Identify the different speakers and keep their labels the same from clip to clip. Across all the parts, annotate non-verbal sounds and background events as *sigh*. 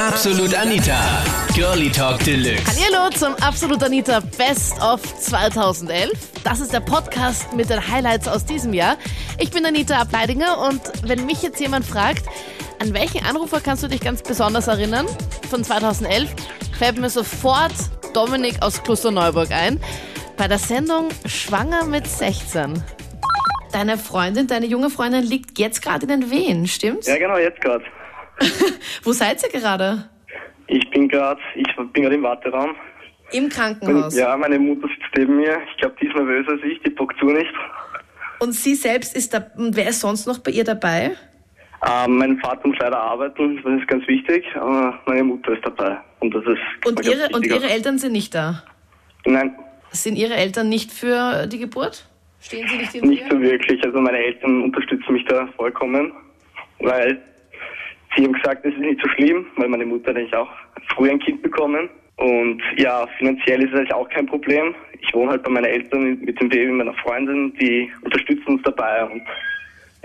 Speaker 1: Absolut Anita. Girlie Talk Deluxe.
Speaker 2: Hallo zum Absolut Anita Best of 2011. Das ist der Podcast mit den Highlights aus diesem Jahr. Ich bin Anita Ableidinger und wenn mich jetzt jemand fragt, an welchen Anrufer kannst du dich ganz besonders erinnern von 2011, fällt mir sofort Dominik aus Klosterneuburg ein. Bei der Sendung Schwanger mit 16. Deine Freundin, deine junge Freundin liegt jetzt gerade in den Wehen, stimmt's?
Speaker 3: Ja, genau, jetzt gerade.
Speaker 2: Wo seid ihr gerade?
Speaker 3: Ich bin gerade, ich bin gerade im Warteraum.
Speaker 2: Ah, Im Krankenhaus.
Speaker 3: Ja, meine Mutter sitzt neben mir. Ich glaube, die ist nervöser als ich, die bockt zu nicht.
Speaker 2: Und sie selbst ist da. Und wer ist sonst noch bei ihr dabei?
Speaker 3: Ähm, mein Vater muss leider arbeiten, das ist ganz wichtig, aber meine Mutter ist dabei. Und das ist
Speaker 2: Und
Speaker 3: ganz
Speaker 2: ihre, und
Speaker 3: wichtig.
Speaker 2: ihre Eltern sind nicht da.
Speaker 3: Nein,
Speaker 2: Sind ihre Eltern nicht für die Geburt? Stehen sie nicht in
Speaker 3: nicht
Speaker 2: dir?
Speaker 3: so wirklich. Also meine Eltern unterstützen mich da vollkommen, weil sie haben gesagt, es ist nicht so schlimm, weil meine Mutter hat eigentlich auch früh ein Kind bekommen. Und ja, finanziell ist es eigentlich auch kein Problem. Ich wohne halt bei meinen Eltern mit dem Baby meiner Freundin, die unterstützen uns dabei und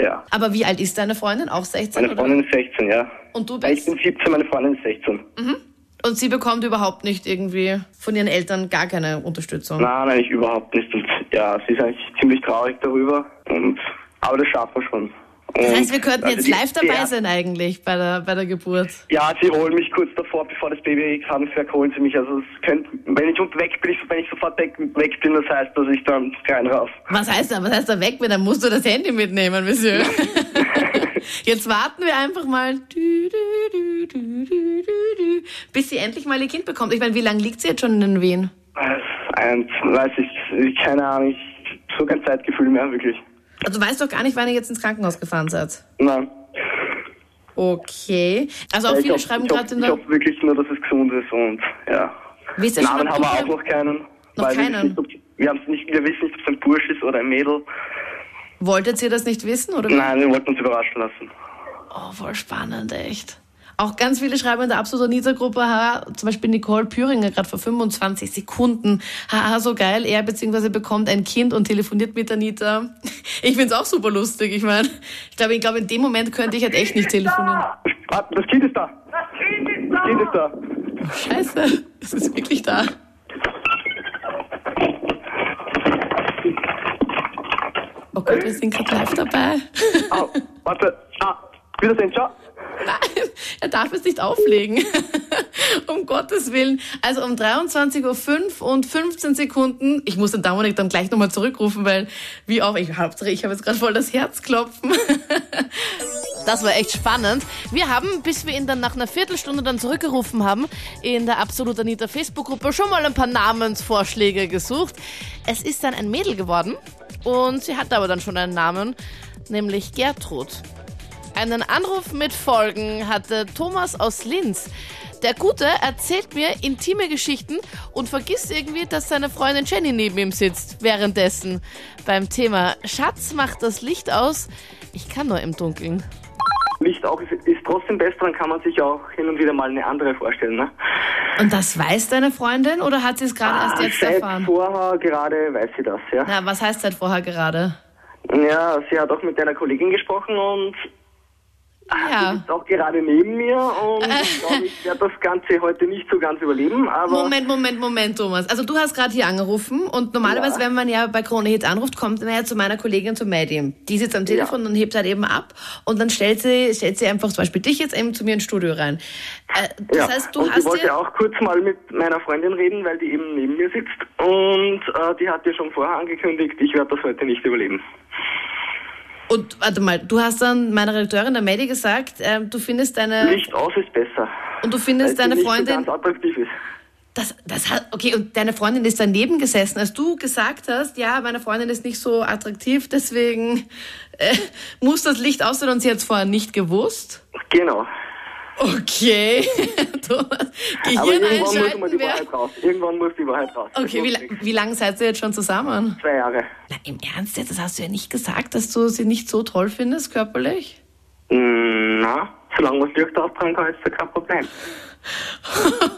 Speaker 3: ja.
Speaker 2: Aber wie alt ist deine Freundin? Auch 16?
Speaker 3: Meine
Speaker 2: oder?
Speaker 3: Freundin ist 16, ja.
Speaker 2: Und du
Speaker 3: Ich
Speaker 2: bist? Mhm.
Speaker 3: bin 17, meine Freundin ist 16.
Speaker 2: Und sie bekommt überhaupt nicht irgendwie von ihren Eltern gar keine Unterstützung.
Speaker 3: Nein, eigentlich überhaupt nicht. Und ja, sie ist eigentlich ziemlich traurig darüber. Und, aber das schaffen wir schon.
Speaker 2: Das
Speaker 3: Und
Speaker 2: heißt, wir könnten
Speaker 3: also
Speaker 2: jetzt
Speaker 3: die-
Speaker 2: live dabei
Speaker 3: die-
Speaker 2: sein eigentlich bei der, bei der Geburt.
Speaker 3: Ja, sie holen mich kurz davor, bevor das Baby krank holen sie mich. Also es könnte, wenn ich und weg bin, ich, wenn ich sofort weg, weg bin, das heißt, dass ich dann rein raus.
Speaker 2: Was heißt da? Was heißt da weg? Dann musst du das Handy mitnehmen,
Speaker 3: *laughs*
Speaker 2: Monsieur. Jetzt warten wir einfach mal, dü, dü, dü, dü, dü, dü, dü, bis sie endlich mal ihr Kind bekommt. Ich meine, wie lange liegt sie jetzt schon in den Wehen?
Speaker 3: Und weiß ich, keine Ahnung, ich hab so kein Zeitgefühl mehr, wirklich.
Speaker 2: Also du weißt doch gar nicht, wann ihr jetzt ins Krankenhaus gefahren seid.
Speaker 3: Nein.
Speaker 2: Okay. Also auch
Speaker 3: Ja, ich
Speaker 2: viele
Speaker 3: hoff-
Speaker 2: schreiben
Speaker 3: ich hoff-
Speaker 2: gerade in
Speaker 3: Ich
Speaker 2: der...
Speaker 3: hoffe wirklich nur, dass es gesund ist und ja.
Speaker 2: Wisst ihr schon,
Speaker 3: Namen
Speaker 2: ob
Speaker 3: haben wir auch
Speaker 2: Kinder-
Speaker 3: noch keinen.
Speaker 2: Noch
Speaker 3: weil wir
Speaker 2: keinen?
Speaker 3: wissen nicht, ob- Wir, haben's nicht, wir wissen nicht, ob es ein Bursch ist oder ein Mädel.
Speaker 2: Wolltet ihr das nicht wissen? Oder?
Speaker 3: Nein, wir wollten uns überraschen lassen.
Speaker 2: Oh, voll spannend, echt. Auch ganz viele schreiben in der absoluten Anita-Gruppe, haha, zum Beispiel Nicole Püringer, gerade vor 25 Sekunden, haha, so geil, er beziehungsweise bekommt ein Kind und telefoniert mit Anita. *laughs* Ich find's auch super lustig, ich meine, ich glaube, ich glaube, in dem Moment könnte ich halt echt nicht telefonieren.
Speaker 3: Ah, das Kind ist da.
Speaker 4: Das Kind ist
Speaker 3: Das Kind ist
Speaker 4: da!
Speaker 3: da.
Speaker 2: Scheiße, es ist wirklich da. Oh Gott, wir sind gerade live dabei.
Speaker 3: Au, warte. Ah, wiedersehen. Ciao.
Speaker 2: Nein, er darf es nicht auflegen. um Gottes Willen. Also um 23.05 Uhr und 15 Sekunden. Ich muss den Dominik dann gleich nochmal zurückrufen, weil wie auch, ich habe ich hab jetzt gerade voll das Herzklopfen. Das war echt spannend. Wir haben, bis wir ihn dann nach einer Viertelstunde dann zurückgerufen haben, in der Absolut Anita Facebook-Gruppe schon mal ein paar Namensvorschläge gesucht. Es ist dann ein Mädel geworden und sie hatte aber dann schon einen Namen, nämlich Gertrud. Einen Anruf mit Folgen hatte Thomas aus Linz. Der Gute erzählt mir intime Geschichten und vergisst irgendwie, dass seine Freundin Jenny neben ihm sitzt. Währenddessen beim Thema Schatz macht das Licht aus. Ich kann nur im Dunkeln.
Speaker 3: Licht auch ist, ist trotzdem besser, dann kann man sich auch hin und wieder mal eine andere vorstellen. Ne?
Speaker 2: Und das weiß deine Freundin oder hat sie es gerade erst Ah, jetzt
Speaker 3: Seit
Speaker 2: erfahren?
Speaker 3: vorher gerade weiß sie das, ja.
Speaker 2: Na, was heißt seit vorher gerade?
Speaker 3: Ja, sie hat auch mit deiner Kollegin gesprochen und
Speaker 2: Ah, Ja.
Speaker 3: ist auch gerade neben mir
Speaker 2: *laughs*
Speaker 3: und ich glaube, ich werde das Ganze heute nicht so ganz überleben, aber
Speaker 2: Moment, Moment, Moment, Thomas. Also du hast gerade hier angerufen und normalerweise,
Speaker 3: Ja.
Speaker 2: wenn man ja bei Krone Hits anruft, kommt man ja zu meiner Kollegin, zu Maddie. Die sitzt am Telefon und hebt halt eben ab und dann stellt sie, stellt sie einfach zum Beispiel dich jetzt eben zu mir ins Studio rein. Äh, das
Speaker 3: ja.
Speaker 2: heißt, du
Speaker 3: und ich
Speaker 2: hast
Speaker 3: wollte
Speaker 2: dir...
Speaker 3: auch kurz mal mit meiner Freundin reden, weil die eben neben mir sitzt und äh, die hat dir schon vorher angekündigt, ich werde das heute nicht überleben.
Speaker 2: Und warte mal, du hast dann meiner Redakteurin, der Maddie, gesagt, ähm, du findest deine...
Speaker 3: Licht aus ist besser.
Speaker 2: Und du findest
Speaker 3: weil sie
Speaker 2: deine
Speaker 3: nicht
Speaker 2: Freundin-
Speaker 3: So ganz attraktiv ist.
Speaker 2: Das, das hat, okay, und deine Freundin ist daneben gesessen, als du gesagt hast, ja, meine Freundin ist nicht so attraktiv, deswegen äh, muss das Licht aus sein und sie hat es vorher nicht gewusst.
Speaker 3: Genau.
Speaker 2: Okay, *laughs* Thomas,
Speaker 3: Aber
Speaker 2: Gehirn
Speaker 3: irgendwann
Speaker 2: einschalten
Speaker 3: muss immer die
Speaker 2: wäre...
Speaker 3: Wahrheit raus. Irgendwann muss die Wahrheit raus. Das
Speaker 2: Okay, wie,
Speaker 3: muss
Speaker 2: la-
Speaker 3: nix.
Speaker 2: wie lange seid ihr jetzt schon zusammen?
Speaker 3: Zwei Jahre.
Speaker 2: Na, im Ernst jetzt, das hast du ja nicht gesagt, dass du sie nicht so toll findest,
Speaker 5: *laughs*
Speaker 2: körperlich?
Speaker 3: Mm, Na, solange man es nicht auftragen kann, ist da kein Problem.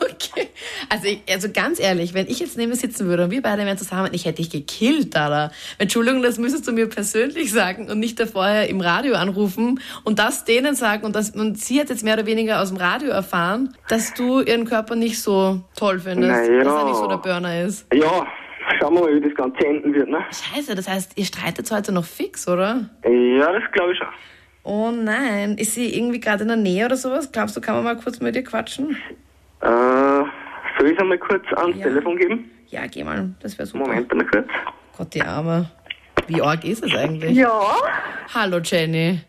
Speaker 2: okay,
Speaker 5: Also, ich, also ganz ehrlich, wenn ich jetzt neben mir sitzen würde und wir beide wären zusammen, ich hätte dich gekillt, Dada. Entschuldigung, das müsstest du mir persönlich sagen und nicht da vorher im Radio anrufen und das denen sagen und, das, und sie hat jetzt mehr oder weniger aus dem Radio erfahren, dass du ihren Körper nicht so toll findest,
Speaker 3: Na ja.
Speaker 5: dass er nicht so der Burner ist.
Speaker 3: Ja, schauen wir mal, wie das Ganze enden wird, ne?
Speaker 5: Scheiße, das heißt, ihr streitet heute noch fix, oder?
Speaker 3: Ja, das glaube ich schon.
Speaker 5: Oh nein, ist sie irgendwie gerade in der Nähe oder sowas? Glaubst du, kann man mal kurz mit ihr quatschen?
Speaker 3: Äh, soll ich es einmal kurz ans Telefon geben?
Speaker 5: Ja, geh mal, das wäre super.
Speaker 3: Moment mal kurz.
Speaker 5: Gott, die Arme. Wie arg ist es eigentlich?
Speaker 4: Ja,
Speaker 5: Hallo Jenny.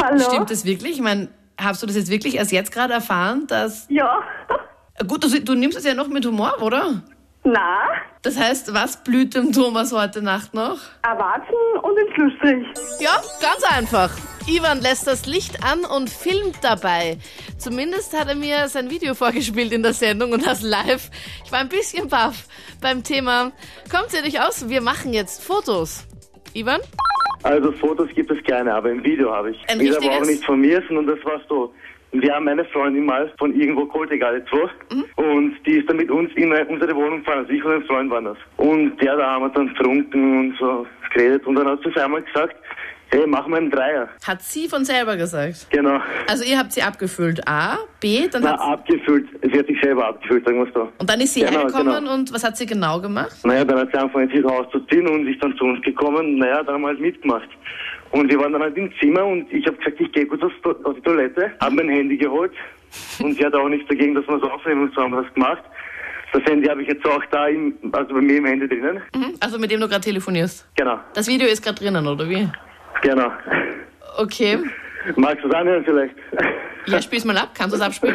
Speaker 4: hallo.
Speaker 5: Stimmt das wirklich? Ich meine, hast du das jetzt wirklich erst jetzt gerade erfahren, dass...
Speaker 4: Ja. *laughs*
Speaker 5: Gut, du, du nimmst es ja noch mit Humor, oder?
Speaker 4: Na,
Speaker 5: Das heißt, was blüht dem Thomas heute Nacht noch?
Speaker 4: erwarten und den Schlussstrich.
Speaker 2: Ja, ganz einfach. Ivan lässt das Licht an und filmt dabei. Zumindest hat er mir sein Video *laughs* vorgespielt in der Sendung und das live. Ich war ein bisschen baff beim Thema. Kommt ihr nicht aus? Wir machen jetzt Fotos. Ivan?
Speaker 3: Also Fotos gibt es keine, aber im Video habe ich.
Speaker 2: Ein
Speaker 3: Ist aber auch
Speaker 2: richtiges?
Speaker 3: nicht von mir, sondern das war so. Wir haben meine Freundin mal von irgendwo geholt, egal jetzt wo. Und die ist dann mit uns in eine- unsere Wohnung gefahren. Also ich und ein Freund waren das. Und der da haben wir dann getrunken und so geredet. Und dann hat sie es einmal gesagt, hey, mach mal einen Dreier.
Speaker 5: Hat sie von selber gesagt.
Speaker 3: Genau.
Speaker 5: Also ihr habt sie abgefüllt, A, B, dann
Speaker 3: Na,
Speaker 5: hat sie,
Speaker 3: abgefüllt. Sie hat sich selber abgefüllt, sagen wir es so.
Speaker 5: und dann ist sie
Speaker 3: Genau,
Speaker 5: hergekommen
Speaker 3: genau.
Speaker 5: und was hat sie genau gemacht?
Speaker 3: Naja, dann hat sie angefangen, sich rauszuziehen und ist dann zu uns gekommen. Naja, dann haben wir halt mitgemacht. Und wir waren dann halt im Zimmer und ich habe gesagt, ich gehe kurz aufs To- auf die Toilette, habe mein Handy geholt und sie hat auch nichts dagegen, dass wir es aufnehmen und so haben wir das gemacht. Das Handy habe ich jetzt auch da, im, also bei mir im Handy drinnen.
Speaker 5: Mhm. Also mit dem du gerade telefonierst.
Speaker 3: Genau,
Speaker 5: Das Video ist gerade drinnen, oder wie?
Speaker 3: genau.
Speaker 5: Okay.
Speaker 3: Magst du es anhören vielleicht?
Speaker 5: Ja, spiel's mal ab. Kannst du es abspielen?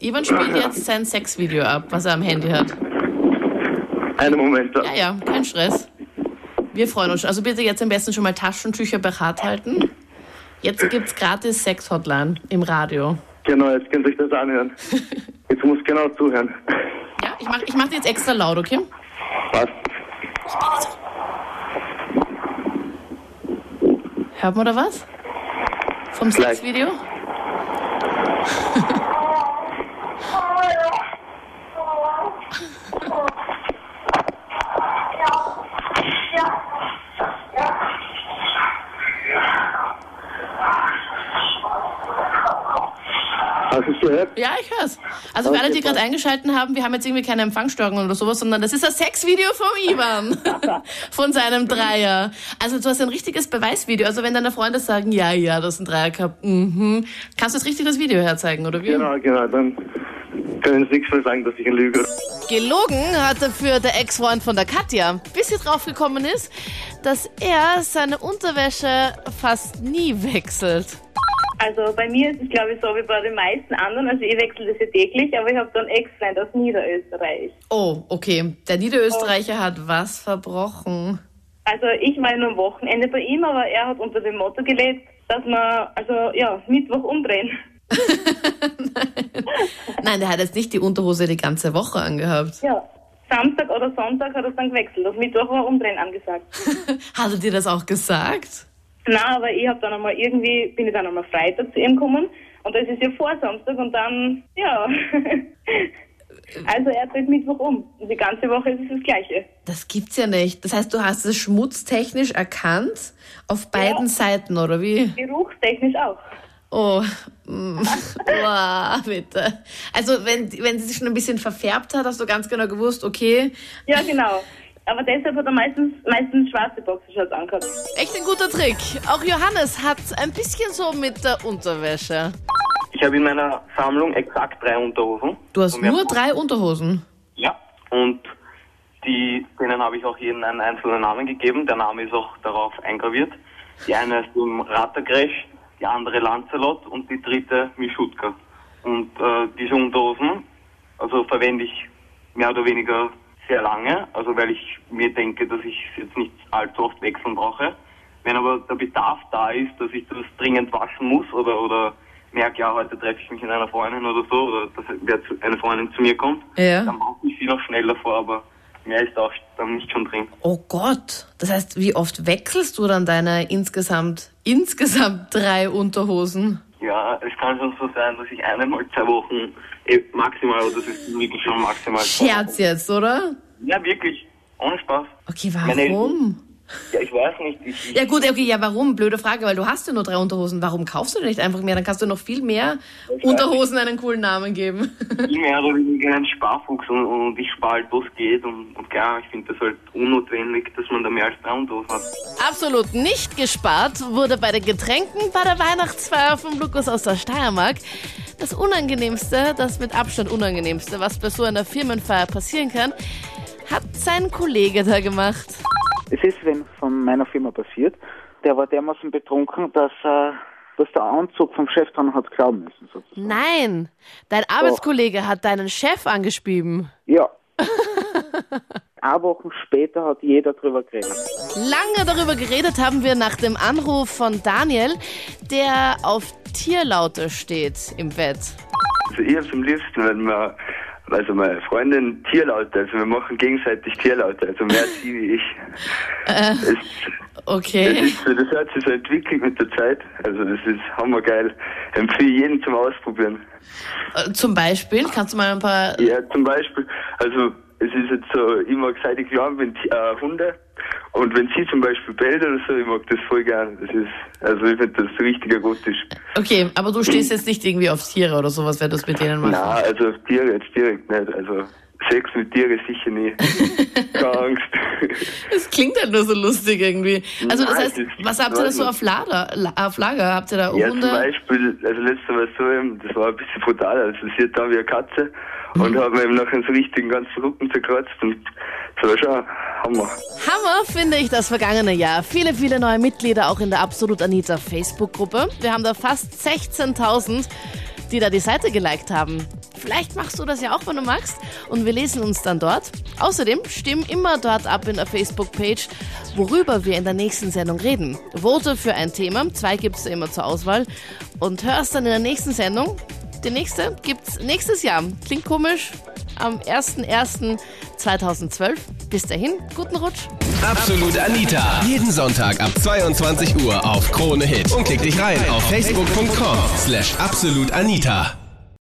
Speaker 5: Ivan spielt jetzt sein Sexvideo ab, was er am Handy hat.
Speaker 3: *laughs* Einen Moment.
Speaker 5: Ja, ja, kein Stress. Wir freuen uns schon. Also bitte jetzt am besten schon mal Taschentücher parat halten. Jetzt gibt's gratis Sex-Hotline im Radio.
Speaker 3: Genau, jetzt könnt ihr euch das anhören. Jetzt muss genau zuhören.
Speaker 5: Ja, ich mach, ich mach die jetzt extra laut, okay?
Speaker 3: Was?
Speaker 5: Hört man da was? Vom
Speaker 3: Gleich.
Speaker 5: Sexvideo?
Speaker 3: Hast du es gehört?
Speaker 5: Ja, ich hör's. Also für
Speaker 3: Okay,
Speaker 5: alle, die gerade eingeschalten haben, wir haben jetzt irgendwie keine Empfangsstörungen oder sowas, sondern das ist das Sexvideo vom Ivan. Von seinem Dreier. Also du hast ein richtiges Beweisvideo. Also wenn deine Freunde sagen, ja, ja, du hast einen Dreier gehabt, mhm. Kannst du das richtig das Video herzeigen, oder wie?
Speaker 3: Genau, genau, dann können sie nichts mehr sagen, dass ich ein Lüge
Speaker 2: Gelogen hat dafür der Ex-Freund von der Katja, bis sie draufgekommen ist, dass er seine Unterwäsche fast nie wechselt.
Speaker 6: Also bei mir ist es, glaube ich, so wie bei den meisten anderen. Also ich wechsle das ja täglich, aber ich habe so einen Ex-Freund aus Niederösterreich.
Speaker 5: Oh, okay. Der Niederösterreicher hat was verbrochen.
Speaker 6: Also ich war nur am Wochenende bei ihm, aber er hat unter dem Motto gelebt, dass man, also ja, Mittwoch umdrehen.
Speaker 5: Nein, der hat jetzt nicht die Unterhose die ganze Woche angehabt.
Speaker 6: *laughs* Ja. Samstag oder Sonntag hat er es dann gewechselt. Auf Mittwoch war umdrehen angesagt.
Speaker 5: Hat er dir das auch gesagt?
Speaker 6: Na, aber ich habe dann einmal irgendwie, bin ich dann einmal Freitag zu ihm gekommen und das ist ja vor Samstag und dann, ja. Also er dreht Mittwoch um. Und die ganze Woche ist es das Gleiche.
Speaker 5: Das gibt's ja nicht. Das heißt, du hast es schmutztechnisch erkannt auf beiden Seiten, oder wie?
Speaker 6: Geruchstechnisch auch.
Speaker 5: Oh, mm. Boah, bitte. Also wenn, wenn sie sich schon ein bisschen verfärbt hat, hast du ganz genau gewusst, okay,
Speaker 6: Ja, genau. Aber deshalb hat er meistens, meistens schwarze Boxershorts angehabt.
Speaker 2: Echt ein guter Trick. Auch Johannes hat ein bisschen so mit der Unterwäsche.
Speaker 7: Ich habe in meiner Sammlung exakt drei Unterhosen.
Speaker 5: du hast
Speaker 7: Und wir-
Speaker 5: nur drei Unterhosen.
Speaker 7: Ja. Und die, denen habe ich auch jeden einen einzelnen Namen gegeben. Der Name ist auch darauf eingraviert. Die eine ist im Rattergresch, die andere Lancelot und die dritte Mischutka. Und äh, diese Unterhosen, also verwende ich mehr oder weniger sehr lange, also weil ich mir denke, dass ich es jetzt nicht allzu oft wechseln brauche. Wenn aber der Bedarf da ist, dass ich das dringend waschen muss oder, oder merke, ja, heute treffe ich mich mit einer Freundin oder so, oder dass wer zu- eine Freundin zu mir kommt,
Speaker 5: Ja.
Speaker 7: dann brauche ich sie noch schneller vor, aber mehr ist auch dann nicht schon drin.
Speaker 5: Oh Gott. Das heißt, wie oft wechselst du dann deine insgesamt, insgesamt drei Unterhosen?
Speaker 7: Ja, es kann schon so sein, dass ich einmal zwei Wochen
Speaker 8: eh, maximal, aber das ist wirklich schon maximal.
Speaker 3: Oh.
Speaker 5: Scherz jetzt, oder?
Speaker 8: Ja, wirklich. Ohne Spaß.
Speaker 5: Okay,
Speaker 8: Meine-
Speaker 5: warum?
Speaker 8: Ja, ich weiß nicht. Ich, ich,
Speaker 5: Ja gut, okay, ja warum? Blöde Frage, weil du hast ja nur drei Unterhosen. Warum kaufst du dir nicht einfach mehr? Dann kannst du noch viel mehr Unterhosen einen coolen Namen geben.
Speaker 8: bin mehr oder weniger ein Sparfuchs und, und ich spare halt, was geht. Und, und klar, ich finde das halt unnotwendig, dass man da mehr als drei Unterhosen hat.
Speaker 2: Absolut nicht gespart wurde bei den Getränken bei der Weihnachtsfeier von Lukas aus der Steiermark. Das Unangenehmste, das mit Abstand Unangenehmste, was bei so einer Firmenfeier passieren kann, hat sein Kollege da gemacht.
Speaker 9: Es ist wenn von meiner Firma passiert. Der war dermaßen betrunken, dass er, dass der Anzug vom Chef dran hat klauen müssen. Sozusagen.
Speaker 2: Nein, dein Arbeitskollege hat deinen Chef angeschrieben.
Speaker 9: Ja. Ein Wochen später hat jeder drüber geredet.
Speaker 2: Lange darüber geredet haben wir nach dem Anruf von Daniel, der auf Tierlaute steht im Bett.
Speaker 3: Also ich hab's am liebsten, wenn wir, also meine Freundin Tierlaute, also wir machen gegenseitig Tierlaute, also mehr sie wie ich.
Speaker 5: Äh.
Speaker 3: Es, es
Speaker 5: Okay.
Speaker 3: ist, *laughs* so- das hat sich so entwickelt mit der Zeit, also das ist hammergeil. Empfehle jeden zum Ausprobieren.
Speaker 5: Äh, Zum Beispiel, kannst du mal ein paar...
Speaker 3: Ja, zum Beispiel, also es ist jetzt so, ich mag seit ich klein bin Ti- äh, Hunde und wenn sie zum Beispiel bellt oder so, ich mag das voll gern. Das ist, also ich finde das richtig erotisch.
Speaker 5: Okay, aber du stehst jetzt nicht irgendwie auf Tiere oder sowas, wenn du es mit denen machst.
Speaker 3: Na, also auf Tiere jetzt direkt nicht, also Sex mit Tiere sicher nie. Keine Angst.
Speaker 5: Das klingt halt nur so lustig irgendwie. Also das
Speaker 3: Nein,
Speaker 5: heißt,
Speaker 3: das ist
Speaker 5: was habt ihr da so
Speaker 3: normal.
Speaker 5: auf Lager? La- Auf Lager? Habt ihr da
Speaker 3: Ja, zum
Speaker 5: Hunde?
Speaker 3: Beispiel, also letztes Mal so, eben, das war ein bisschen brutal, also sie hat da wie eine Katze und hat mir eben nachher so richtig den ganzen Rücken zerkratzt und das war schon Hammer.
Speaker 2: Hammer finde ich das vergangene Jahr. Viele, viele neue Mitglieder auch in der Absolut Anita Facebook-Gruppe. Wir haben da fast 16.000, die da die Seite geliked haben. Vielleicht machst du das ja auch, wenn du magst. Und wir lesen uns dann dort. Außerdem stimmen immer dort ab in der Facebook-Page, worüber wir in der nächsten Sendung reden. Vote für ein Thema. Zwei gibt's da immer zur Auswahl. Und hörst dann in der nächsten Sendung. Die nächste gibt's nächstes Jahr. Klingt komisch. Am 01.01.2012. Bis dahin, guten Rutsch.
Speaker 1: Absolut Anita. Jeden Sonntag ab 22 Uhr auf Krone Hit. Und klick dich rein auf facebook.com slash absolutanita.